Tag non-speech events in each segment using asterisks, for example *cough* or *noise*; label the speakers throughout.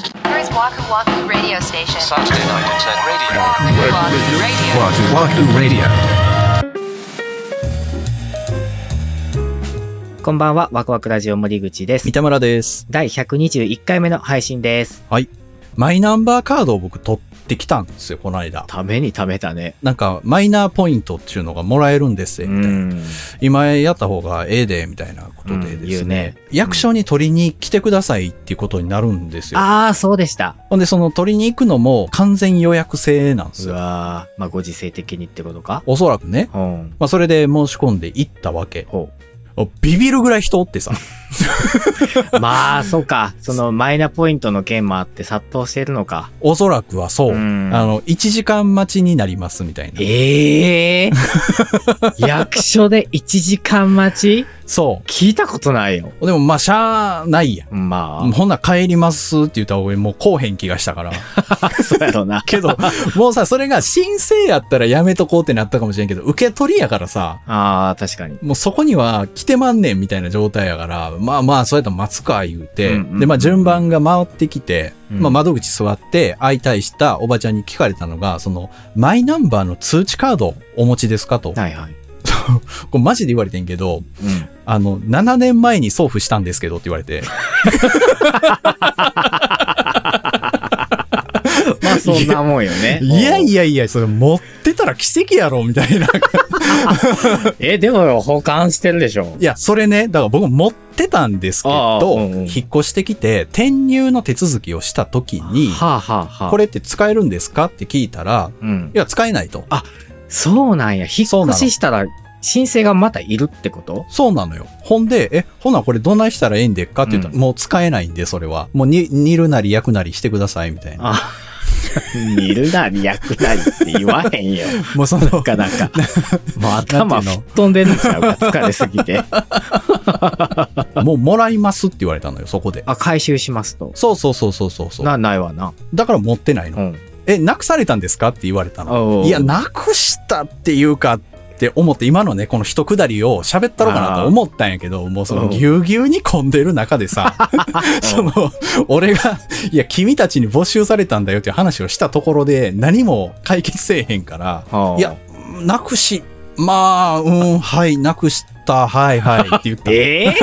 Speaker 1: Waku Waku Radio Station.
Speaker 2: Saturday night at 10 radio.
Speaker 1: Waku Waku Radio.
Speaker 3: Wahoo Wahoo Radio.
Speaker 4: こんばんは、ワクワクラジオ森口です
Speaker 5: 三。田村です。
Speaker 4: 第121回目の配信です。
Speaker 5: マイナンバーカードを僕取ってきたんですよ、この間。
Speaker 4: ためにためたね。
Speaker 5: なんか、マイナーポイントっていうのがもらえるんです
Speaker 4: う
Speaker 5: よ。
Speaker 4: ん。
Speaker 5: 今やった方がええで、みたいなことで
Speaker 4: うん
Speaker 5: で
Speaker 4: 言
Speaker 5: す
Speaker 4: う
Speaker 5: ね
Speaker 4: ね。
Speaker 5: 役所に取りに来てくださいっていうことになるんですよ。
Speaker 4: ああ、そうでした。
Speaker 5: ほんで、その取りに行くのも完全予約制なんです
Speaker 4: う
Speaker 5: よ。
Speaker 4: わーまあ、ご時世的にってことか。
Speaker 5: おそらくね。
Speaker 4: うん。
Speaker 5: まあ、それで申し込んで行ったわけ。
Speaker 4: ほ
Speaker 5: ビビるぐらい人おってさ。
Speaker 4: う。まあ、そうか。その、マイナポイントの件もあって殺到してるのか。
Speaker 5: おそらくはそう。
Speaker 4: うん
Speaker 5: あの、1時間待ちになりますみたいな。
Speaker 4: ええー。役所で1時間待ち
Speaker 5: そ
Speaker 4: 聞いたことないよ。
Speaker 5: う。でも、まあ、しゃーないやん。
Speaker 4: まあ、
Speaker 5: ほんなら帰りますって言った方がもうこうへん気がし
Speaker 4: *laughs*
Speaker 5: たから。
Speaker 4: そうやろな。
Speaker 5: けど、もうさ、それが申請やったらやめとこうってなったかもしれんけど、受け取りやからさ、
Speaker 4: ああ、確かに。
Speaker 5: もうそこには来てまんねんみたいな状態やから、まあまあ、そうやったら待つか言うて、
Speaker 4: うんうん
Speaker 5: で、まあ順番が回ってきて、
Speaker 4: うん
Speaker 5: まあ窓口座って相対したおばちゃんに聞かれたのが、その、マイナンバーの通知カードお持ちですかと。こ
Speaker 4: はいはい。
Speaker 5: れマジで言われてんけど、
Speaker 4: うん。
Speaker 5: あの、7年前に送付したんですけどって言われ
Speaker 4: *laughs*
Speaker 5: て。
Speaker 4: まあ、そんなもんよね。
Speaker 5: いやいやいや、それ持ってたら奇跡やろみたいな。
Speaker 4: え、でも保管してるでしょ
Speaker 5: い。や、それね、だから僕持ってたんですけ
Speaker 4: ああ
Speaker 5: ど、
Speaker 4: うんうん
Speaker 5: 引っ越してきて、転入の手続きをした時に、
Speaker 4: はあ、はあはあ、
Speaker 5: こ、れって使えるんですかって聞いたら、
Speaker 4: うん
Speaker 5: い。や、使えないと。あ、
Speaker 4: そうなんや。引
Speaker 5: そう
Speaker 4: っ
Speaker 5: な
Speaker 4: 越
Speaker 5: の
Speaker 4: ししたら申請がまたいるってこと
Speaker 5: そうなのよ。ほんで、え、ほなこれどないしたらええんでっかって言ったら、
Speaker 4: うん
Speaker 5: もう使えないんで、それは。もうに、煮るなり焼くなりしてください、みたいな。
Speaker 4: *laughs* あ、煮るなり焼くなりって言わへんよ。
Speaker 5: もうその、
Speaker 4: かなんか。 *laughs* もう頭
Speaker 5: なんて
Speaker 4: 吹
Speaker 5: いう
Speaker 4: っ
Speaker 5: の
Speaker 4: 飛んでるんちゃうか。疲れすぎ *laughs* て。
Speaker 5: もうもらいますって言われたのよ、そこで。
Speaker 4: あ、回収しますと。
Speaker 5: そうそうそうそうそうそう。
Speaker 4: な、ないわな。
Speaker 5: だから持ってないの。
Speaker 4: うん。
Speaker 5: え、なくされたんですかって言われた
Speaker 4: おうお
Speaker 5: の。
Speaker 4: う
Speaker 5: いや、なくしたっていうかって思って、今のね、この一くだりを喋ったろうかなと思ったんやけど、もうそ
Speaker 4: うん
Speaker 5: のぎゅうぎゅうに混んでる中で *laughs* さ、その、俺が、いや、君たちに募集されたんだよっていう話をしたところで、何も解決せえへんから、
Speaker 4: はあ
Speaker 5: いや、なくし、まあ、うん、はい、なくした、はい、はい、って言った。い
Speaker 4: ええ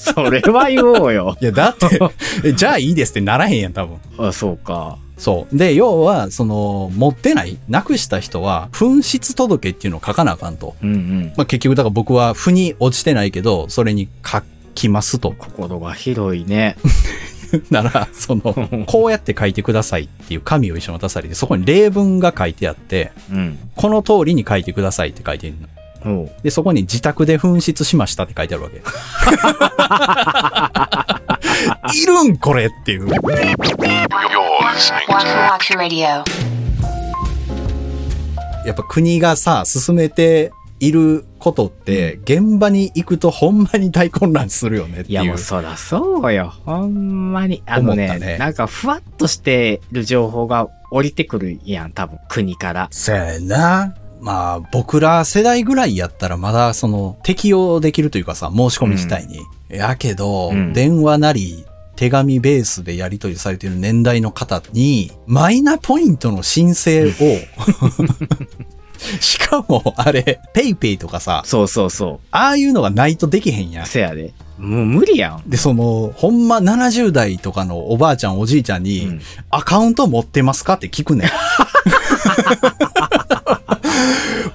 Speaker 4: *laughs* それは言おうよ。
Speaker 5: や、だって、えじゃあいいですってならへんやん、多分。
Speaker 4: あ、そうか。
Speaker 5: そう。で、要は、その、持ってない、なくした人は、紛失届っていうのを書かなあかんと。
Speaker 4: うんうん。
Speaker 5: まあ、結局、だから僕は、腑に落ちてないけど、それに書きますと。 *laughs*
Speaker 4: 心が広いね。
Speaker 5: なら、その、こうやって書いてくださいっていう紙を一緒に渡されて、そこに例文が書いてあって、
Speaker 4: うん。
Speaker 5: この通りに書いてくださいって書いてるの。
Speaker 4: おう
Speaker 5: で、そこに自宅で紛失しましたって書いてあるわけ。
Speaker 4: *laughs*
Speaker 5: いるんこれっていう。
Speaker 2: You're listening
Speaker 1: Waku
Speaker 2: to
Speaker 1: Waku Radio.
Speaker 5: やっぱ国がさ、進めていることって、現場に行くとほんまに大混乱するよねって
Speaker 4: い
Speaker 5: い
Speaker 4: やも
Speaker 5: う
Speaker 4: う。そらそうよ。ほんまに。あの
Speaker 5: 思
Speaker 4: ね、
Speaker 5: ったね
Speaker 4: なんかふわっとしてる情報が降りてくるやん、多分国から。
Speaker 5: せやな。まあ、僕ら世代ぐらいやったらまだその適用できるというかさ、申し込み自体に。やけど、
Speaker 4: うん
Speaker 5: 電話なり、手紙ベースでやり取りされている年代の方に、マイナポイントの申請を、
Speaker 4: *laughs*
Speaker 5: しかもあれ、ペイペイとかさ、
Speaker 4: そうそうそ
Speaker 5: ああいうのがないとできへんや
Speaker 4: う。
Speaker 5: ん。
Speaker 4: せやで。もう無理やん。
Speaker 5: で、その、ほんま70代とかのおばあちゃんおじいちゃんに、
Speaker 4: うん
Speaker 5: アカウント持ってますかって
Speaker 4: *laughs*
Speaker 5: 聞くねん。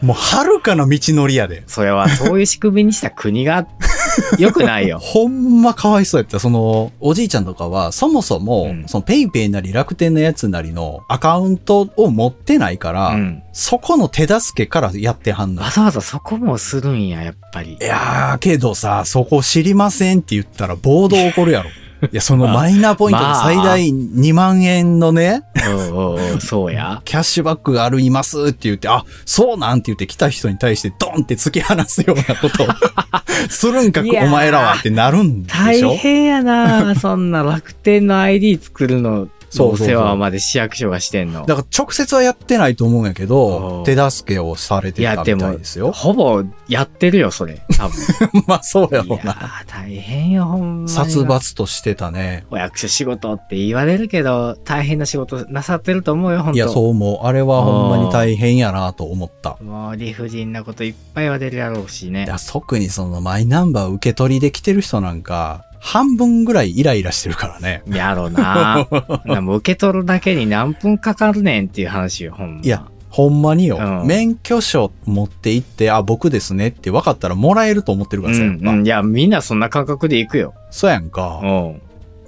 Speaker 5: もう、はるかの道のりやで。
Speaker 4: それはそういう仕組みにした国が *laughs* 良くないよ。
Speaker 5: *laughs* ほんまかわいそうやった。その、おじいちゃんとかは、そもそも、
Speaker 4: うん
Speaker 5: その、ペイペイなり楽天のやつなりのアカウントを持ってないから、
Speaker 4: うん
Speaker 5: そこの手助けからやってはんの
Speaker 4: わ。ざわざそこもするんや、やっぱり
Speaker 5: い。やー、けどさ、そこ知りませんって言ったら暴動起こ
Speaker 4: *laughs*
Speaker 5: るやろ。いや、そのマイナポイントの最大2万円のね、
Speaker 4: おうおうおうそうや。
Speaker 5: キャッシュバックがありますって言って、あ、そうなんって言って来た人に対してドンって突き放すようなことを *laughs* するんか、
Speaker 4: いやー
Speaker 5: お前らはってなるんでし
Speaker 4: 大
Speaker 5: ょ *laughs*
Speaker 4: 変やなそんな楽天の ID 作るの
Speaker 5: そう
Speaker 4: お
Speaker 5: そうそう
Speaker 4: 世話まで市役所がしてんの。
Speaker 5: だから直接はやってないと思うんやけ
Speaker 4: う
Speaker 5: ど
Speaker 4: ん、
Speaker 5: 手助けをされて
Speaker 4: いや、
Speaker 5: た
Speaker 4: で
Speaker 5: みた
Speaker 4: も
Speaker 5: いです、よ。
Speaker 4: ほぼやってるよ、それ。多分。
Speaker 5: *laughs* まあそうや
Speaker 4: い
Speaker 5: ろ
Speaker 4: や
Speaker 5: うな。
Speaker 4: ー、大変よ、ほんまに。
Speaker 5: 殺。伐としてたね。
Speaker 4: お役所仕事って言われるけど、大変な仕事なさってると思うよ、ほんと。
Speaker 5: いや、そう思う。あれはほんまに大変やなと思った。
Speaker 4: もう理不尽なこといっぱいは出るやろうしね。
Speaker 5: いや、特にそのマイナンバー受け取りできてる人なんか、半分ぐらいイライラしてるからね。
Speaker 4: やろ
Speaker 5: *laughs*
Speaker 4: な。でも受け取るだけに何分かかるねんっていう話よ、ほんま。
Speaker 5: いや、ほんまによ。
Speaker 4: うん
Speaker 5: 免許証持って行って、あ、僕ですねって分かったらもらえると思ってるか
Speaker 4: う
Speaker 5: らさ、やっ
Speaker 4: ん、
Speaker 5: ぱ。
Speaker 4: うん。いや、みんなそんな感覚で行くよ。
Speaker 5: そうやん
Speaker 4: う
Speaker 5: か。
Speaker 4: ん。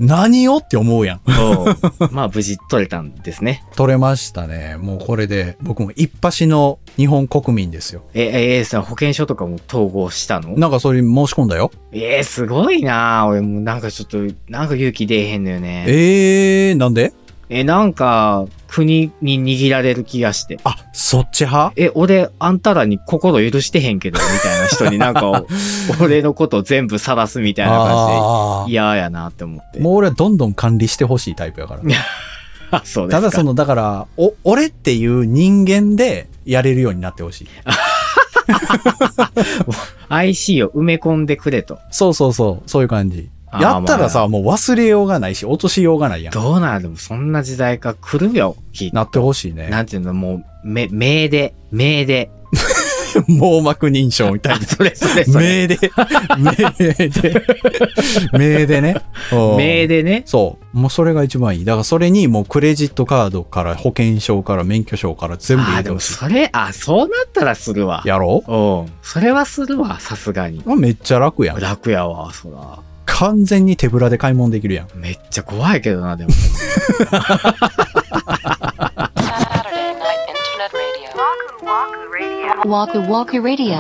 Speaker 5: 何をって思うやん。
Speaker 4: うん。まあ、無事取れたんですね。
Speaker 5: 取れましたね。もうこれで、僕も一発の日本国民ですよ。
Speaker 4: え、え、A さん保険証とかも統合したの
Speaker 5: なんかそれ申し込んだよ。
Speaker 4: えー、すごいな俺もうなんかちょっと、なんか勇気出えへんのよね。
Speaker 5: えー、なんで
Speaker 4: え、なんか、国に握られる気がして。
Speaker 5: あ、そっち派
Speaker 4: え、俺、あんたらに心許してへんけど、みたいな人になん
Speaker 5: *laughs*
Speaker 4: か、俺のこと全部晒すみたいな感
Speaker 5: あ
Speaker 4: じ
Speaker 5: ー
Speaker 4: で、嫌やなって思って。
Speaker 5: もう俺はどんどん管理してほしいタイプやから。
Speaker 4: あ、 *laughs* そうです
Speaker 5: た
Speaker 4: か。
Speaker 5: だその、だから、お、俺っていう人間でやれるようになってほしい。
Speaker 4: IC を埋め込んでくれと。
Speaker 5: そうそうそう、そういう感じ。
Speaker 4: あー
Speaker 5: やったらさ、もう忘れようがないし、落としようがないやん。
Speaker 4: どうなるでもそんな時代が来るよ、きっと
Speaker 5: なってほしいね。
Speaker 4: なんていうの、もう、め、名で、名で。
Speaker 5: 網膜認証みたい
Speaker 4: あ、
Speaker 5: な。
Speaker 4: それ *laughs* それそれ。
Speaker 5: 名で、名
Speaker 4: *laughs*
Speaker 5: で、名でね。うん
Speaker 4: 名でね。
Speaker 5: そう。もうそれが一番いい。だからそれにもうクレジットカードから保険証から免許証から全部
Speaker 4: あ
Speaker 5: 入
Speaker 4: ー
Speaker 5: れ
Speaker 4: で
Speaker 5: てほ
Speaker 4: も
Speaker 5: しい。
Speaker 4: それ、あ、そうなったらするわ。
Speaker 5: やろ
Speaker 4: うん。それはするわ、さすがに。
Speaker 5: うめっちゃ楽やん。
Speaker 4: 楽やわ、そら。
Speaker 5: 完全に手ぶらで買い物できるやん。
Speaker 4: めっちゃ怖いけどな、でも。 *laughs*
Speaker 1: Saturday night internet radio. Waku Waku Radio. Waku Waku Radio.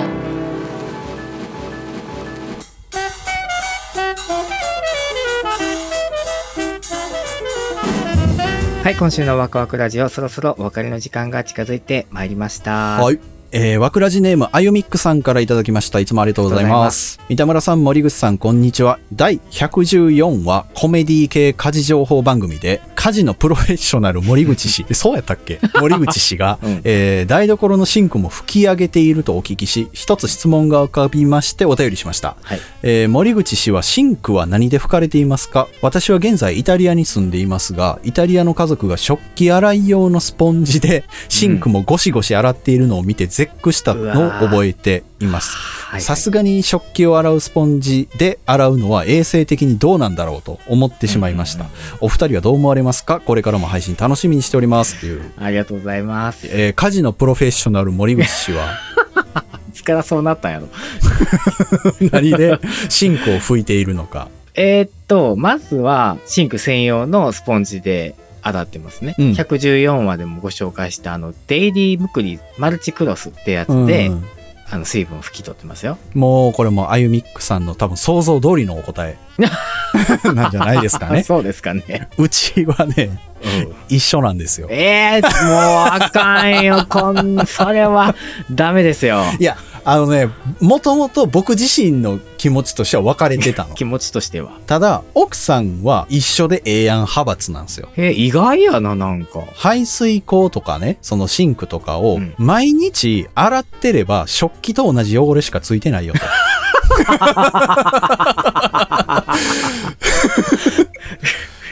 Speaker 4: はい、今週のワクワクラジオ、そろそろお別れの時間が近づいてまいりました。。
Speaker 5: はいい。えー、わくらじネーム、あゆみっくさんからいただきました。いつもありがとうございます。三田村さん、森口さん、こんにちは。第114話、コメディ系家事情報番組で、家事のプロフェッショナル森口 *laughs* 氏、えそうやったっけ森口氏 *laughs* が、
Speaker 4: うん
Speaker 5: えー台所のシンクも吹き上げているとお聞きし、一つ質問が浮かびましてお便りしました。
Speaker 4: はい。
Speaker 5: えー森口氏はシンクは何で拭かれていますか私は現在イタリアに住んでいますが、イタリアの家族が食器洗い用のスポンジでシンクもゴシゴシ洗っているのを見て絶句したのを覚えています。
Speaker 4: はい。
Speaker 5: さすがに食器を洗うスポンジで洗うのは衛生的にどうなんだろうと思ってしまいました。お二人はどう思われますかこれからも配信楽しみにしております。っていう。
Speaker 4: ありがとうございます。
Speaker 5: えー家事のプロフェッショナル森口氏は
Speaker 4: いつからそうなったんやろ。
Speaker 5: 何でシンクを拭いているのか。
Speaker 4: えーっと、まずは、シンク専用のスポンジで洗ってますね。
Speaker 5: うん
Speaker 4: 114話でもご紹介した、あの、デイリームクリマルチクロスってやつ *laughs* で、
Speaker 5: うん
Speaker 4: あの、水分を拭き取ってますよ。
Speaker 5: もうこれもあゆみっくさんの多分想像通りのお答 *laughs* えなんじゃないですか
Speaker 4: あ
Speaker 5: ね。
Speaker 4: そうですかね。
Speaker 5: *laughs*
Speaker 4: *laughs*
Speaker 5: うちはね、一緒なんですよ。
Speaker 4: ええー、もうあかんよ、こん、それは、ダメですよ。
Speaker 5: いや、あのね、もともと僕自身の気持ちとしては分かれてたの。
Speaker 4: 気持ちとしては。
Speaker 5: ただ、奥さんは一緒でええやん派閥なんですよ。
Speaker 4: えー、意外やな、なんか。
Speaker 5: 排水口とかね、そのシンクとか
Speaker 4: う
Speaker 5: を
Speaker 4: ん
Speaker 5: 毎日洗ってれば食器と同じ汚れしかついてないよと。 *laughs*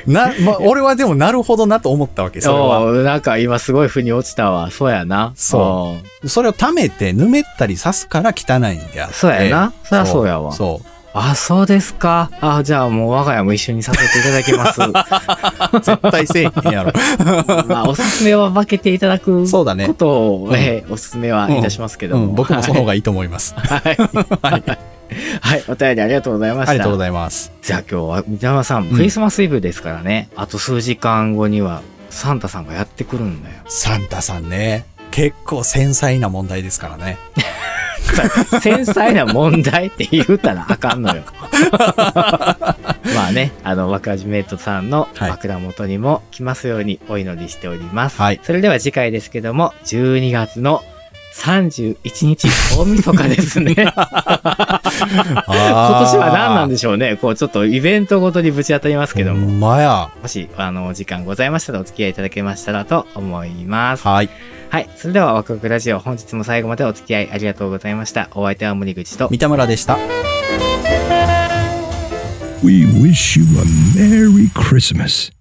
Speaker 5: な、ま、俺はでもなるほどなと思ったわけ、それは。
Speaker 4: そう、なんか今すごい腑に落ちたわ。そうやな。
Speaker 5: そ
Speaker 4: うん。
Speaker 5: それを溜めて、ぬめったり刺すから汚いんであって。
Speaker 4: そうやなそりゃそうやわ
Speaker 5: そう。
Speaker 4: あ、そうですか。あ、じゃあもう我が家も一緒にさせていただき
Speaker 5: *laughs*
Speaker 4: ます。
Speaker 5: 絶対せえへんや
Speaker 4: *laughs*
Speaker 5: ろ。
Speaker 4: まあ、おすすめは分けていただく
Speaker 5: そうだね
Speaker 4: ことを、
Speaker 5: うん
Speaker 4: えーおすすめはいたしますけど
Speaker 5: う
Speaker 4: も。
Speaker 5: ん、僕もその方がいいと思います。
Speaker 4: はい。はい。お便りありがとうございました。
Speaker 5: ありがとうございます。。
Speaker 4: じゃあ今日は、三沢さん、クリスマスイブですからね、あと数時間後には、サンタさんがやってくるんだよ
Speaker 5: サンタさんね、結構繊細な問題ですからね。
Speaker 4: 繊細な問題って言うたらあかんの
Speaker 5: *laughs*
Speaker 4: よ。まあね、あの、ワクワジメイトさんの
Speaker 5: はい
Speaker 4: 枕元にも来ますようにお祈りしております。
Speaker 5: はい
Speaker 4: それでは次回ですけども、12月の31日、大晦日です
Speaker 5: *laughs*
Speaker 4: ね。
Speaker 5: 今
Speaker 4: *laughs*
Speaker 5: 年
Speaker 4: 今年は何なん
Speaker 5: で
Speaker 4: でしょうね。こう、ちょっとイベントごとにぶち当たりますけど
Speaker 5: ほ
Speaker 4: も。
Speaker 5: んまや。
Speaker 4: もし、あの、お時間ございましたらお付き合いいただけましたらと思います。
Speaker 5: はい。
Speaker 4: はい。それでは、ワクワクラジオ、本日も最後までお付き合いありがとうございました。お相手は森口と、
Speaker 5: 三田村でした。
Speaker 3: We wish you a Merry Christmas